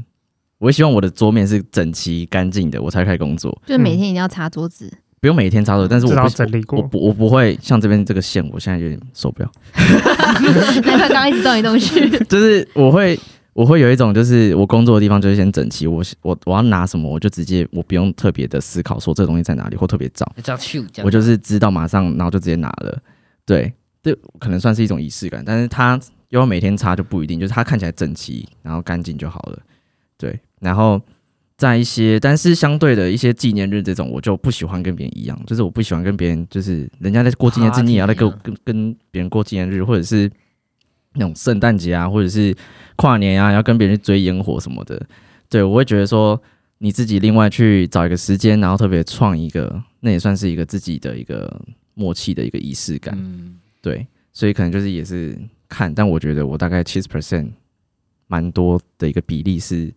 B: 我会希望我的桌面是整齐干净的，我才开始工作，
C: 嗯
D: 就是每天一定要擦桌子，
B: 不用每天擦手，但是我
A: 至
B: 不
A: 少整理
B: 我
A: 过。
B: 不我不会像这边这个线，我现在有点受不了，
D: 难怪刚刚一直动来动 去。
B: 就是我会。我会有一种，就是我工作的地方就是先整齐，我我我要拿什么，我就直接，我不用特别的思考说这东西在哪里或特别找，
C: 这样咻这样，
B: 我就是知道马上，然后就直接拿了。对，这可能算是一种仪式感，但是它要不要每天擦就不一定，就是它看起来整齐，然后干净就好了。对，然后在一些，但是相对的一些纪念日这种，我就不喜欢跟别人一样，就是我不喜欢跟别人，就是人家在过纪念日，
C: Party
B: 你也要在跟
C: 一啊样
B: 跟跟别人过纪念日，或者是那种圣诞节啊，或者是跨年啊，要跟别人去追烟火什么的。对，我会觉得说你自己另外去找一个时间，然后特别创一个，那也算是一个自己的一个默契的一个仪式感。
C: 嗯，
B: 对，所以可能就是也是看，但我觉得我大概七十 percent 蛮多的一个比例是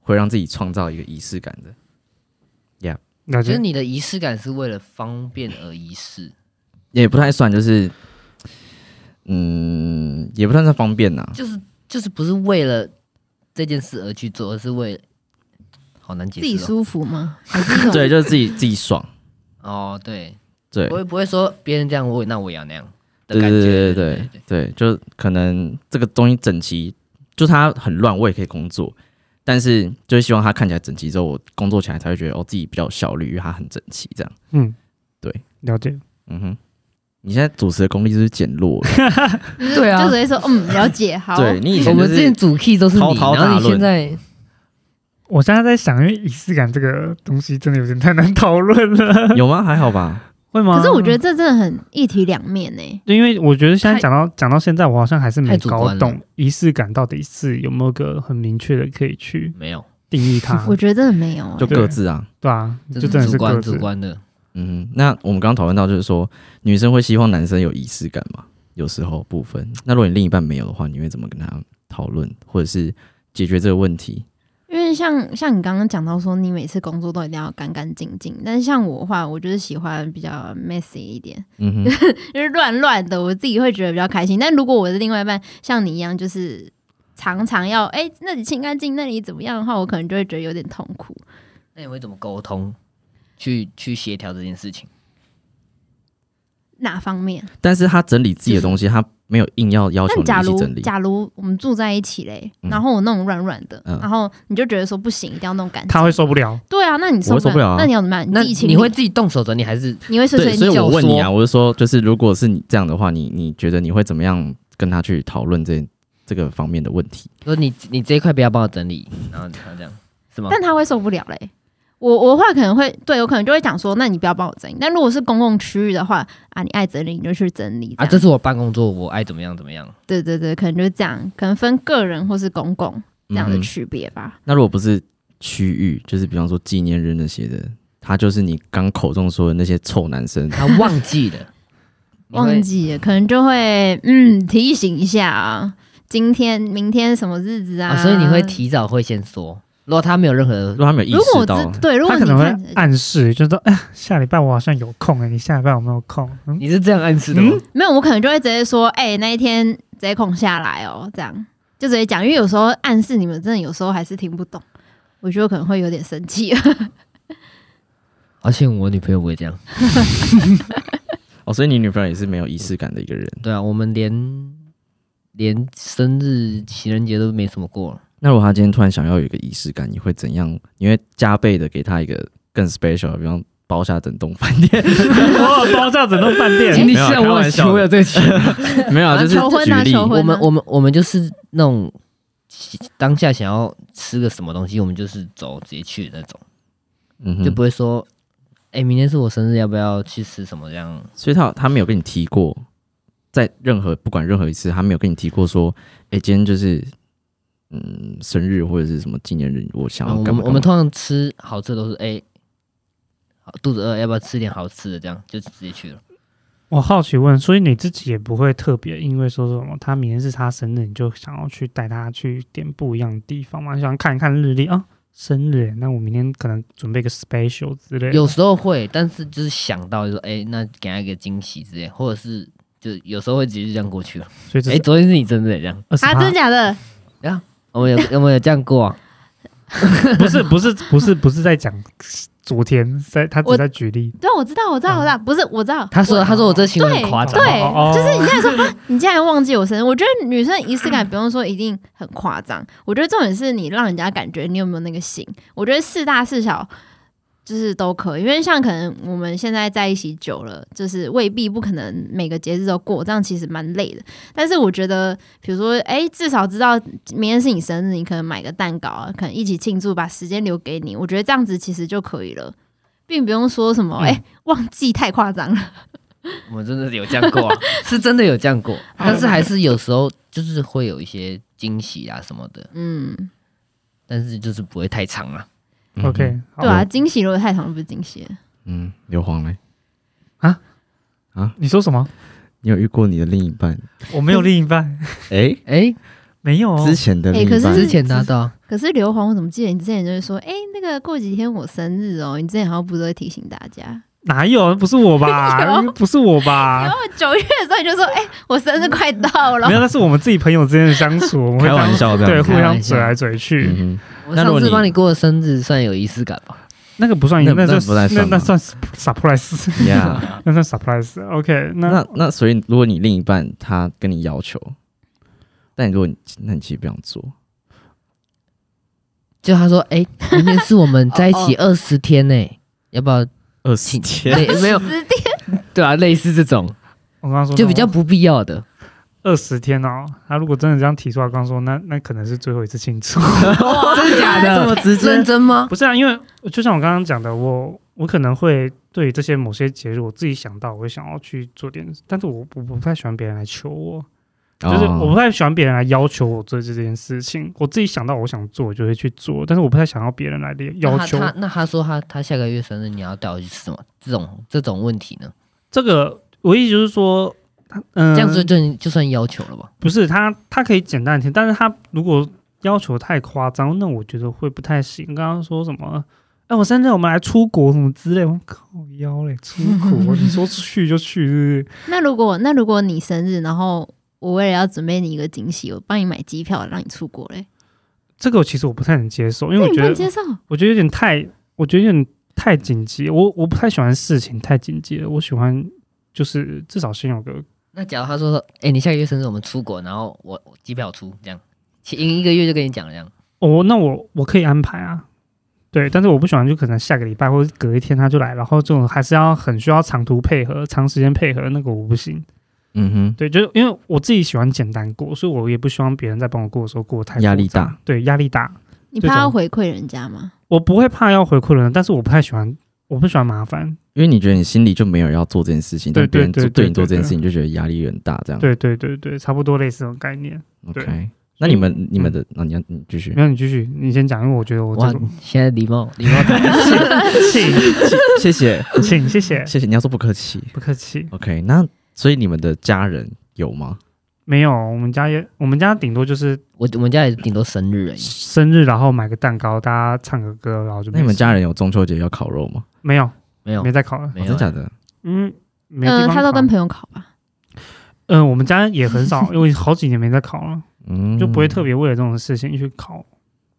B: 会让自己创造一个仪式感的。
A: 了
C: 就是
A: 解。
C: 你的仪式感是为了方便而仪式，
B: 也不太算，就是，嗯，也不太算方便呐、
C: 就是就是不是为了这件事而去做，而是为了好难解
D: 自
C: 释哦、
D: 己舒服吗？还是一种
B: 对，就是自己自己爽，
C: 哦，对，
B: 对
C: 不，会不会说别人这样，我也那我也要那样的
B: 对
C: 感
B: 对
C: 觉，
B: 对对
C: 对
B: 对对，就可能这个东西整齐，就它很乱，我也可以工作，但是就是希望它看起来整齐之后，我工作起来才会觉得哦自己比较有效率，因为它很整齐这样。
A: 嗯，
B: 对，
A: 了解。
B: 嗯哼，你现在主持的功力就是减弱了，
D: 就是
C: 对啊
D: 就只会说嗯，了解，好，
B: 对你以
C: 我
B: 前就
C: 们之前
B: 是
C: 主 key 都是
B: 滔
C: 你，
B: 滔
C: 然后
B: 大
C: 你现
B: 论
C: 在
A: 我现在在想，因为仪式感这个东西真的有点太难讨论了，
B: 有吗？还好吧，
A: 会吗？
D: 可是我觉得这真的很一体两面欸呢、
A: 因为我觉得现在
C: 太
A: 讲到讲到现在，我好像还是没
C: 太主
A: 搞
C: 观
A: 懂
C: 了
A: 仪式感到底是有没有个很明确的可以去
C: 没有，
A: 定义 它，
D: 我觉得真的没有、欸，
B: 啊就各自啊。
A: 对啊，就
C: 这
A: 真的
C: 主
A: 是各
C: 观主
A: 自。
C: 观的，
B: 嗯哼，那我们刚刚讨论到就是说，女生会希望男生有仪式感吗？有时候部分。那如果你另一半没有的话，你会怎么跟他讨论，或者是解决这个问题？
D: 因为像像你刚刚讲到说，你每次工作都一定要干干净净，但是像我的话，我就是喜欢比较 messy 一点，
B: 嗯哼，
D: 就是乱乱的，我自己会觉得比较开心。但如果我的另外一半像你一样，就是常常要哎、那里清干净，那里怎么样的话，我可能就会觉得有点痛苦。
C: 那你会怎么沟通，去去协调这件事情？
D: 哪方面？
B: 但是他整理自己的东西，他没有硬要要求
D: 但
B: 你
D: 假
B: 一起
D: 如
B: 整理。
D: 假如我们住在一起嘞，
B: 嗯
D: 然后我弄软软的，
B: 嗯
D: 然后你就觉得说不行，一定要弄干净。
A: 他会受不了。
D: 对啊，那你受
B: 我会受不了啊
D: 那你要怎么办？
C: 那
D: 自己清理
C: 你会自己动手整理，还是
D: 你会碎
B: 对，
D: 碎
B: 所以
D: 念
B: 我
C: 就
B: 问你啊，
C: 说
B: 我是说，就是如果是你这样的话，你你觉得你会怎么样跟他去讨论这这个方面的问题？
C: 说你你这一块不要帮我整理，然后然后这样是吗？
D: 但他会受不了嘞。我我的话可能会对我可能就会讲说，那你不要帮我整理。但如果是公共区域的话，啊，你爱整理你就去整理。
C: 啊，
D: 这
C: 这
D: 样
C: 是我办公桌，我爱怎么样怎么 样。
D: 对对对，可能就是这样，可能分个人或是公共这样的
B: 嗯哼
D: 区别吧。
B: 那如果不是区域，就是比方说纪念日那些的，他就是你刚口中说的那些臭男 生，
C: 他忘记了，你会
D: 忘记了，可能就会嗯提醒一下啊，今天、明天什么日子啊？
C: 啊，所以你会。提早会先说。如果他没有任何
B: 如果他没有意
D: 如果我
B: 识到，
D: 知对，如果
A: 他
D: 你
A: 可能会
D: 看
C: 啊
A: 暗示，就是说，哎呀，下礼拜我好像有空哎、你下礼拜有没有空？嗯，
C: 你是这样暗示的吗？
D: 没有，我可能就会直接说，哎、那一天直接空下来哦，这样就直接讲，因为有时候暗示你们真的有时候还是听不懂，我觉得我可能会有点生气。哦
C: 而且啊我女朋友不会这样。
B: 哦，所以你女朋友也是没有仪式感的一个人。
C: 对啊，我们连连生日、情人节都没怎么过了。
B: 那如果他今天突然想要有一个仪式感，你会怎样？你会加倍的给他一个更 special，的比方包下整栋饭 店？
A: 我有包下整栋饭
C: 哎
A: 店，
B: 没有啊开玩笑的
C: 这 钱。
B: 没有啊，就是
D: 求婚
B: 举
D: 啊
B: 例。
D: 求婚
C: 我们我们我们就是那种当下想要吃个什么东西，我们就是走直接去的那种，
B: 嗯哼
C: 就不会说，哎、明天是我生日，要不要去吃什么这样？
B: 所以他他没有跟你提过，在任何不管任何一次，他没有跟你提过说，哎、今天就是嗯生日或者是什么纪念日，我想要
C: 啊我
B: 哦干嘛干
C: 们
B: 嘛
C: 我们通常吃好吃的都是哎、诶好肚子饿，要不要吃点好吃的？这样就直接去了。
A: 我好奇问，所以你自己也不会特别因为说什么他明天是他生日，你就想要去带他去点不一样的地方吗？你想看一看日历啊，生日耶，那我明天可能准备个 special 之类的。
C: 有时候会，但是就是想到就说，哎、那给他一个惊喜之类，或者是就有时候会直接就这样过去了。
A: 所以这
C: 哎、
A: 是
C: 昨天是你生日这样，
A: 二十
D: 啊，真的假的？
C: 我们有我们有这样过、啊。
A: 不是不是不是不是在讲昨天，在他只
D: 我
A: 在举例。
D: 对，啊我知道，我知道，我知道，不是，我知道。
C: 他说他说我这行为很
D: 对
C: 夸张，
D: 对
A: 哦
D: 就是你现在说，啊你竟然忘记我生日，我觉得女生仪式感不用说一定很夸张，我觉得重点是你让人家感觉你有没有那个心。我觉得事大事小就是都可以，因为像可能我们现在在一起久了，就是未必不可能每个节日都过，这样其实蛮累的。但是我觉得，比如说，哎，至少知道明天是你生日，你可能买个蛋糕啊，可能一起庆祝，把时间留给你，我觉得这样子其实就可以了。并不用说什么，哎、忘记太夸张了。
C: 我们真的有这样 过、啊，是真的有这样
D: 嗯
C: 过，但是还是有时候就是会有一些惊喜啊什么的，
D: 嗯，
C: 但是就是不会太长啊。
B: 嗯哼
A: 哦 OK，好
D: 对啊，，惊喜如果太长就不是惊喜了。
B: 嗯，刘皇嘞，
A: 你说什么？
B: 你有遇过你的另一半？
A: 我没有另一半，
B: 哎、
C: 哎、
A: 没有哦
B: 之前的另一
D: 诶哎可
B: 半，
D: 是
C: 之前拿到
D: 可是刘皇，我怎么记得你之前就是说，哎、那个过几天我生日哦，你之前好像不是会提醒大家？
A: 哪有？啊不是我 吧？
D: 有
A: 不是我
D: 然
A: 吧？
D: 后九月的时候你就说，哎、我生日快到了
A: 啊没。有，那是我们自己朋友之间的相 处，我们会
B: 开玩笑这
A: 对
B: 样
A: 互
B: 子。
A: 相嘴来嘴去。
B: 嗯哼
C: 我
B: 那如
C: 上
B: 果
C: 次
B: 你
C: 帮你过的生日算有仪式感吧？
A: 那个不算赢，
B: 那
A: 就
B: 那不太
A: 那
B: 算
A: 那
B: 吗
A: 算 surprise，
B: ，Yeah，
A: 那算 surprise。OK，那
B: 嗯那那所以如果你另一半他跟你要求，但如果你那你其实不想做，
C: 就他说， 哎、明天是我们在一起
D: 哦
C: 二十天呢、要不要？
B: 二十天，
C: 类没有，对啊，类似这种
A: 我刚
B: 哦
A: 刚说
C: 就比较不必要的。
A: 二十天哦。他如果真的这样提出来，我刚刚说那那可能是最后一次庆 祝。
C: 真的假
B: 这么
C: 的？
B: 直接
C: 认，真吗？
A: 不是啊，因为就像我刚刚讲的，我我可能会对于这些某些节日，我自己想到，我会想要去做点，但是我我不太喜欢别人来求我，就是我不
B: 哦
A: 太喜欢别人来要求我做这件事情。我自己想到我想做，我就会去做，但是我不太想要别人来要
C: 那他
A: 求。
C: 啊他那他说他他下个月生日你要带我去吃什么？这种这种问题呢？
A: 这个我意思就是说，嗯，
C: 这样子就就算要求了吧？
A: 不是他，他可以简单听，但是他如果要求太夸张，那我觉得会不太行。刚刚说什么？哎，我现在我们来出国什么之类，我靠腰嘞，出国，你说去就去，是
D: 那如果那如果你生日，然后我为了要准备你一个惊喜，我帮你买机票让你出国嘞，
A: 不是？这个我其实我不太能接受，因
D: 那
A: 为我
D: 你不
A: 觉
D: 能
A: 得，
D: 接受？
A: 我觉得有点太，我觉得有点太紧急。我我不太喜欢事情太紧急了，我喜欢就是至少先有个
C: 那假如他说，哎、你下个月生日，我们出国，然后我我机票出，这样前一个月就跟你讲了这样。
A: 哦，那我我可以安排啊，对，但是我不喜欢，就可能下个礼拜或者隔一天他就来，然后这种还是要很需要长途配合、长时间配合，那个我不行。
B: 嗯
A: 对，就是因为我自己喜欢简单过，所以我也不希望别人在帮我过的时候过得太复杂
B: 压力大，
A: 对，压力大。
D: 你
A: 这
D: 怕
A: 种
D: 要回馈人家吗？
A: 我不会怕要回馈人，但是我不太喜欢，我不喜欢麻烦。
B: 哼，因为你觉得你心里就没有要做这件事情，
A: 对
B: 但别人
A: 对对
B: 做对
A: 对
B: 你做这件
A: 对
B: 事情就觉得压力很大，这样。
A: 对对对对，差不多类似这种概念。
B: ，OK
A: 对。嗯
B: 那你们你们的，那你要你继续
A: 没。有，你继续，你先讲，因为我觉得我
C: 哇
A: 这种，
C: 现在礼貌礼貌打
A: 请
B: 谢谢
A: 请谢 谢，
B: 谢谢，你要说不客气。
A: 不客气。
B: OK，那所以你们的家人有吗？
A: 没有，我们家也，我们家顶多就是
C: 我我们家也顶多生日而已。
A: 生日，然后买个蛋糕，大家唱个歌，然后就没
B: 那你们
A: 事
B: 家人有中秋节要烤肉吗？
A: 没有，
C: 没有
A: 没在考了。
C: 没
B: 哦
C: 有
B: 真
C: 啊、
B: 假的？
A: 嗯，没有地
D: 嗯、
A: 方
D: 他都
A: 烤
D: 跟朋友考吧。
A: 嗯、我们家也很 少，因为好几年没在考了，
B: 嗯，
A: 就不会特。别为了这种事情去考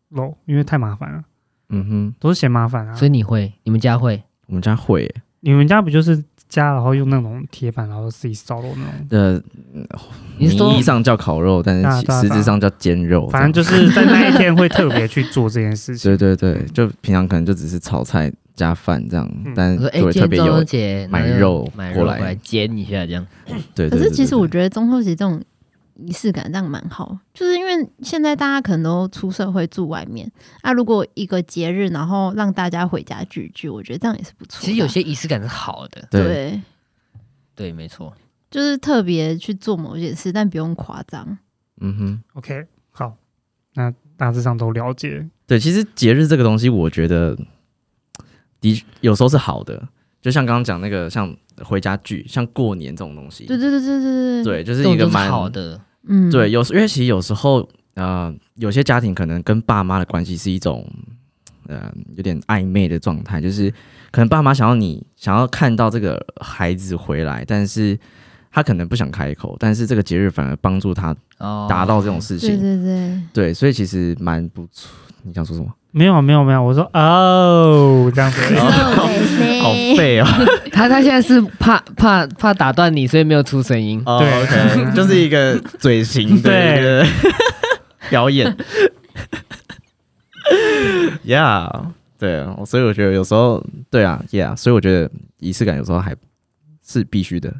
A: 喽，因为太麻烦了，
B: 嗯哼，
A: 都是嫌麻烦啊
C: 所。以你会，你们家会，
B: 我们家会耶，
A: 你们家不就是加然后用那种铁板，然后自己烧肉那种？
B: 呃，
C: 你
B: 名
C: 是说
B: 义上叫烤肉，但
A: 对啊
B: 是
A: 对啊
B: 其实
A: 对啊
B: 质上叫煎肉。
A: 反正
B: 这样
A: 就是在那一天会特别去做这件事 情。
B: 对对对，就平常可能就只是炒菜加饭这样
A: 嗯，
B: 但
C: 我说哎、
B: 就会
C: 今
B: 特
C: 天
B: 别
C: 中秋
B: 有
C: 节
B: 买
C: 那就
B: 肉
C: 买
B: 过
C: 肉
B: 来
C: 来煎一下这样。
B: 对。对
D: 可
B: 对
D: 是
B: 对
D: 其实
B: 对
D: 我觉得中秋节这种仪式感这样蛮好，就是因为现在大家可能都出社会住外面，啊，如果一个节日然后让大家回家聚聚，我觉得这样也是不错的啊。
C: 其实有些仪式感是好的，
B: 对
D: 对，
C: 对，没错。
D: 就是特别去做某件事，但不用夸张。
B: 嗯哼，
A: OK，好，那大致上都了解。
B: 对，其实节日这个东西，我觉得的有时候是好的，就像刚刚讲那个，像回家聚，像过年这种东西，
D: 对对对对对
B: 对，
D: 对，
B: 就
C: 这
B: 是
C: 种
B: 一
C: 就
B: 个
C: 是
B: 蛮
C: 好的，
D: 嗯，
B: 对，有时因为其实有时候，呃，有些家庭可能跟爸妈的关系是一种，呃，有点暧昧的状态，就是可能爸妈想要你想要看到这个孩子回来，但是他可能不想开口，但是这个节日反而帮助他
C: 哦，
B: 达到这种事情，
D: 对对对，
B: 对，所以其实蛮不错。你想说什么？
A: 没有啊没有没有，我说哦这样子而已。
B: 好
D: 哎欸
B: 废哦！
C: 他他现在是怕怕怕打断你，所以没有出声音。
B: 哦
A: 对
B: ，OK，就是一个嘴型的一个 表演。yeah，对，所以我觉得有时候，对啊，Yeah，所以我觉得仪式感有时候还是必须的。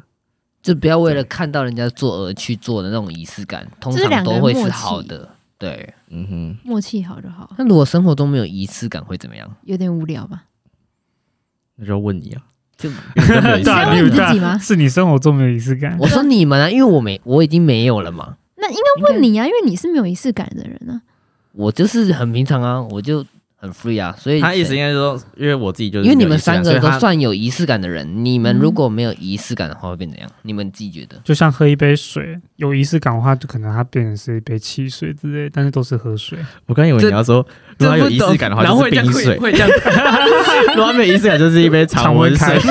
C: 就不要为了看到人家做而去做的那种仪式感，通
D: 就是
C: 常
D: 两个
C: 都
D: 人
C: 会是
D: 默契
C: 好的。对，
B: 嗯哼，
D: 默契好就好，
C: 那如果生活中没有仪式感会怎么样？
D: 有点无聊吧？
B: 那就问 你啊，
C: 就
A: 对啊
D: 你
A: 你
D: 要问
A: 有
D: 你
A: 这样
D: 自己吗
A: 是你生活中没有仪式感
C: 我说你们啊，因为我没我已经没有了嘛，
D: 那应该问你啊，因为你是没有仪式感的人啊。
C: 我就是很平常啊，我就很 free 啊，所以
B: 他意思应该说，因为我自己就是
C: 因为你
B: 没有
C: 们
B: 仪式感
C: 三个
B: 所以
C: 都
B: 他
C: 算有仪式感的人，你们
D: 嗯
C: 如果没有仪式感的话会变怎样？你们自己觉得？
A: 就像喝一杯水，有仪式感的话，就可能它变成是一杯汽水之类，但是都是喝水。
B: 我刚以为你要说，如果他有仪式感的话，就是冰水；
C: 会这样，
B: 如果他没有仪式感，就是一 杯
A: 常温
B: 温水
A: 开。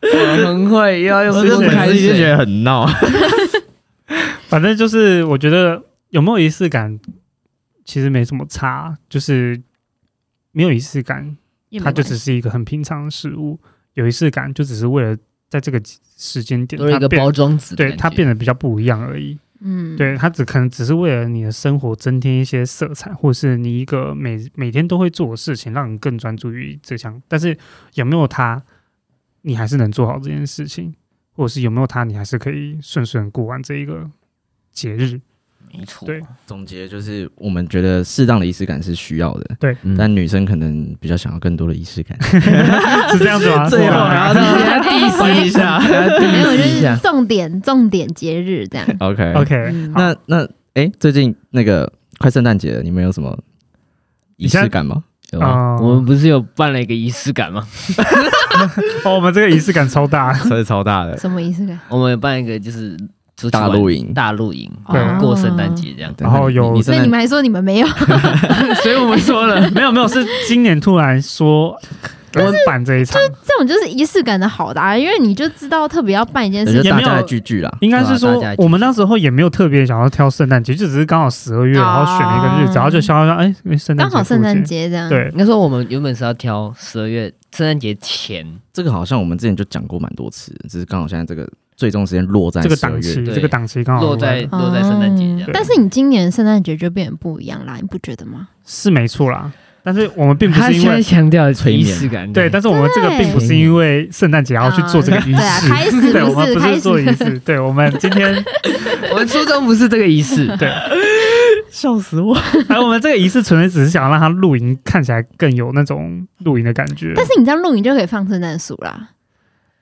C: 哎我很会，又要用
B: 我
C: 这
B: 就
C: 种
A: 是
B: 每
C: 开
B: 次就觉
C: 水，
B: 得很闹。
A: 反正就是我觉得有没有仪式感，其实没什么差，就是没有仪式感，
D: 也没
A: 它就
D: 关系
A: 只是一个很平常的事物；有仪式感，就只是为了在这个时间点，
C: 都是一
A: 它
C: 个
A: 变
C: 包装纸的感
A: 对
C: 觉，
A: 它变得比较不一样而已。
D: 嗯，
A: 对，它只可能只是为了你的生活增添一些色彩，或者是你一个每每天都会做的事情，让你更专注于这项。但是有没有它，你还是能做好这件事情，或者是有没有它，你还是可以顺顺过完这一个节日。
C: 没错，
A: 对
B: 总结就是，我们觉得适当的仪式感是需要的，
A: 对，
B: 但女生可能比较想要更多的仪式感。
C: 嗯
A: 是这样子 吗？
B: 最
A: 是
B: 后
A: 吗
B: 还啊要让人家 diss 一下
D: 没有，就
B: ，diss 一
D: 是
B: 下。
D: 重点重点节日 这样。
B: OK
A: OK，
D: 嗯
A: 好
B: 那那哎，最近那个快圣诞节了，你们有什么仪式感吗？
C: 有吗
A: 哦
C: 我们不是有办了一个仪式感吗？
A: 哦，我们这个仪式感超 大，
B: 车超大的，
D: 什么意思？
C: 我们有办一个就是出去
B: 大
C: 玩
B: 露营。
C: 大露营，
A: 对
C: 然后过圣诞节这样。
A: 然后有
B: 你你圣
D: 那你
B: 诞
D: 们还说你们没有？
C: 所以我们说了，
A: 没有没有，是今年突然说我们办这一场，
D: 这种就是仪式感的好的、啊，因为你就知道特别要办一件
B: 我
D: 事
B: 觉
A: 也
B: 得
D: 情
B: 大
A: 没有
B: 家来聚聚啦，
A: 应该是
C: 对啊
A: 说
C: 大家一起
A: 我们那时候也没有特别想要挑圣诞节，就只是刚好十二月，然后选了一个日子，
D: 哦
A: 然后就想要哎，因为圣诞
D: 刚
A: 节
D: 好圣
A: 附
D: 诞
A: 近，
D: 节这样。，
A: 对
C: 应该说我们原本是要挑十二月圣诞节前，
B: 这个好像我们之前就讲过蛮多次，只是刚好现在这个最终时间落在
A: 这个
B: 12
A: 档
B: 月
A: 期，
C: 对
A: 这个档期刚好
C: 落在落在圣诞节这
A: 对。
C: 样
D: 哦但是你今年圣诞节就变得不一样啦，你不觉得吗？
A: 是没错啦，但是我们并不
C: 他
A: 是因
C: 现在
A: 为
C: 强调
B: 催
C: 仪
B: 眠
C: 式感，
A: 对，但是我们这个并不是因为圣诞节然后去做这个仪
D: 对啊，
A: 式，
D: 开始
A: 对，我
D: 不
A: 们
D: 是
A: 不
D: 开
A: 是
D: 始
A: 做仪 式，对我们今天
C: 我们初衷不是这个 仪式，
A: 对，
B: 笑死我！
A: 哎，我们这个仪式纯粹只是想要让它露营看起来更有那种露营的感觉。
D: 但是你这样录影就可以放圣诞树啦，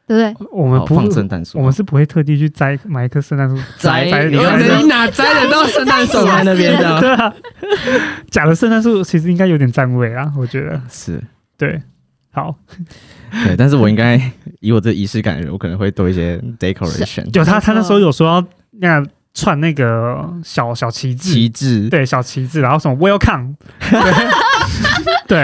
D: 对不对？
A: 我们
B: 好
A: 不
B: 放圣诞树，
A: 我们是不会特地去摘买一棵圣诞树
C: 摘
A: 摘
C: 你
A: 摘
C: 你哪摘得到圣诞树在 那 边的？
A: 对啊，假的圣诞树其实应该有点占位啊，我觉得
B: 是
A: 对。好，
B: 对，但是我应该 以我这仪式感，我可能会多一些 decoration
A: 有他
D: 没错
A: 他那时候有说要那样串那个小小旗帜
B: 旗，帜，
A: 对小旗帜，然后什么 welcome，对对，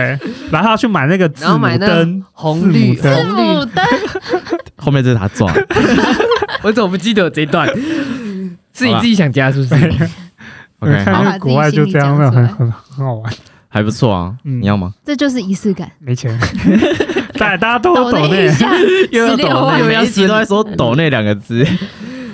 A: 然后他要去买那个字
C: 然后
A: 母
C: 买那
A: 灯
C: 个，红绿
A: 字母
D: 字
A: 灯
C: 红
D: 母
C: 绿，
D: 灯，
B: 后面就是他撞，
C: 我怎么不记得有这一段？是你自己想加是不是？
A: 我
B: OK，
A: 看
B: 好
A: 那
D: 好
A: 个国外就这样，
D: 把
A: 那
D: 自己心
A: 很
D: 里讲出来
A: 很很好玩。
B: 还不错啊，
A: 嗯
B: 你要吗？
D: 这就是仪式感。
A: 没钱， 大大家都有抖
D: 抖
A: 内
D: 内一， 下，
B: 又要
D: 16万
B: 抖内，每一集都在说抖那两个字。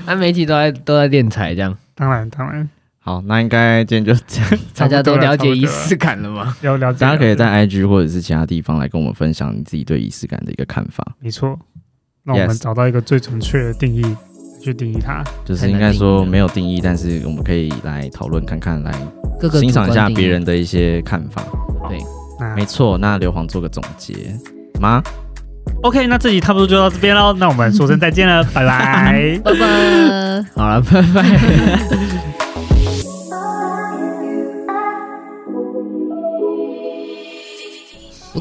C: 那啊媒体都在都在练财，这样
A: 当然当然，
B: 好，那应该今天就这 样，
A: 差
C: 大
A: 不多
C: 家都
A: 差
C: 了解
A: 不多
C: 仪式感了吗？
A: 要了解，
B: 大家可以在
A: 了解
B: IG 或者是其他地方来跟我们分享你自己对仪式感的一个看法，
A: 没错，那我们
B: Yes
A: 找到一个最准确的定义去定义它。
B: 就是应该说没有定义，但是我们可以来讨论看看，来
C: 各个
B: 欣赏一下
C: 主观定义
B: 别人的一些看法。
C: 对。
A: 那
B: 没错，那硫磺做个总结吗？
A: OK，那这集差不多就到这边喽，那我们说声再见了，拜拜。
D: 拜拜。
C: 好了，拜拜。如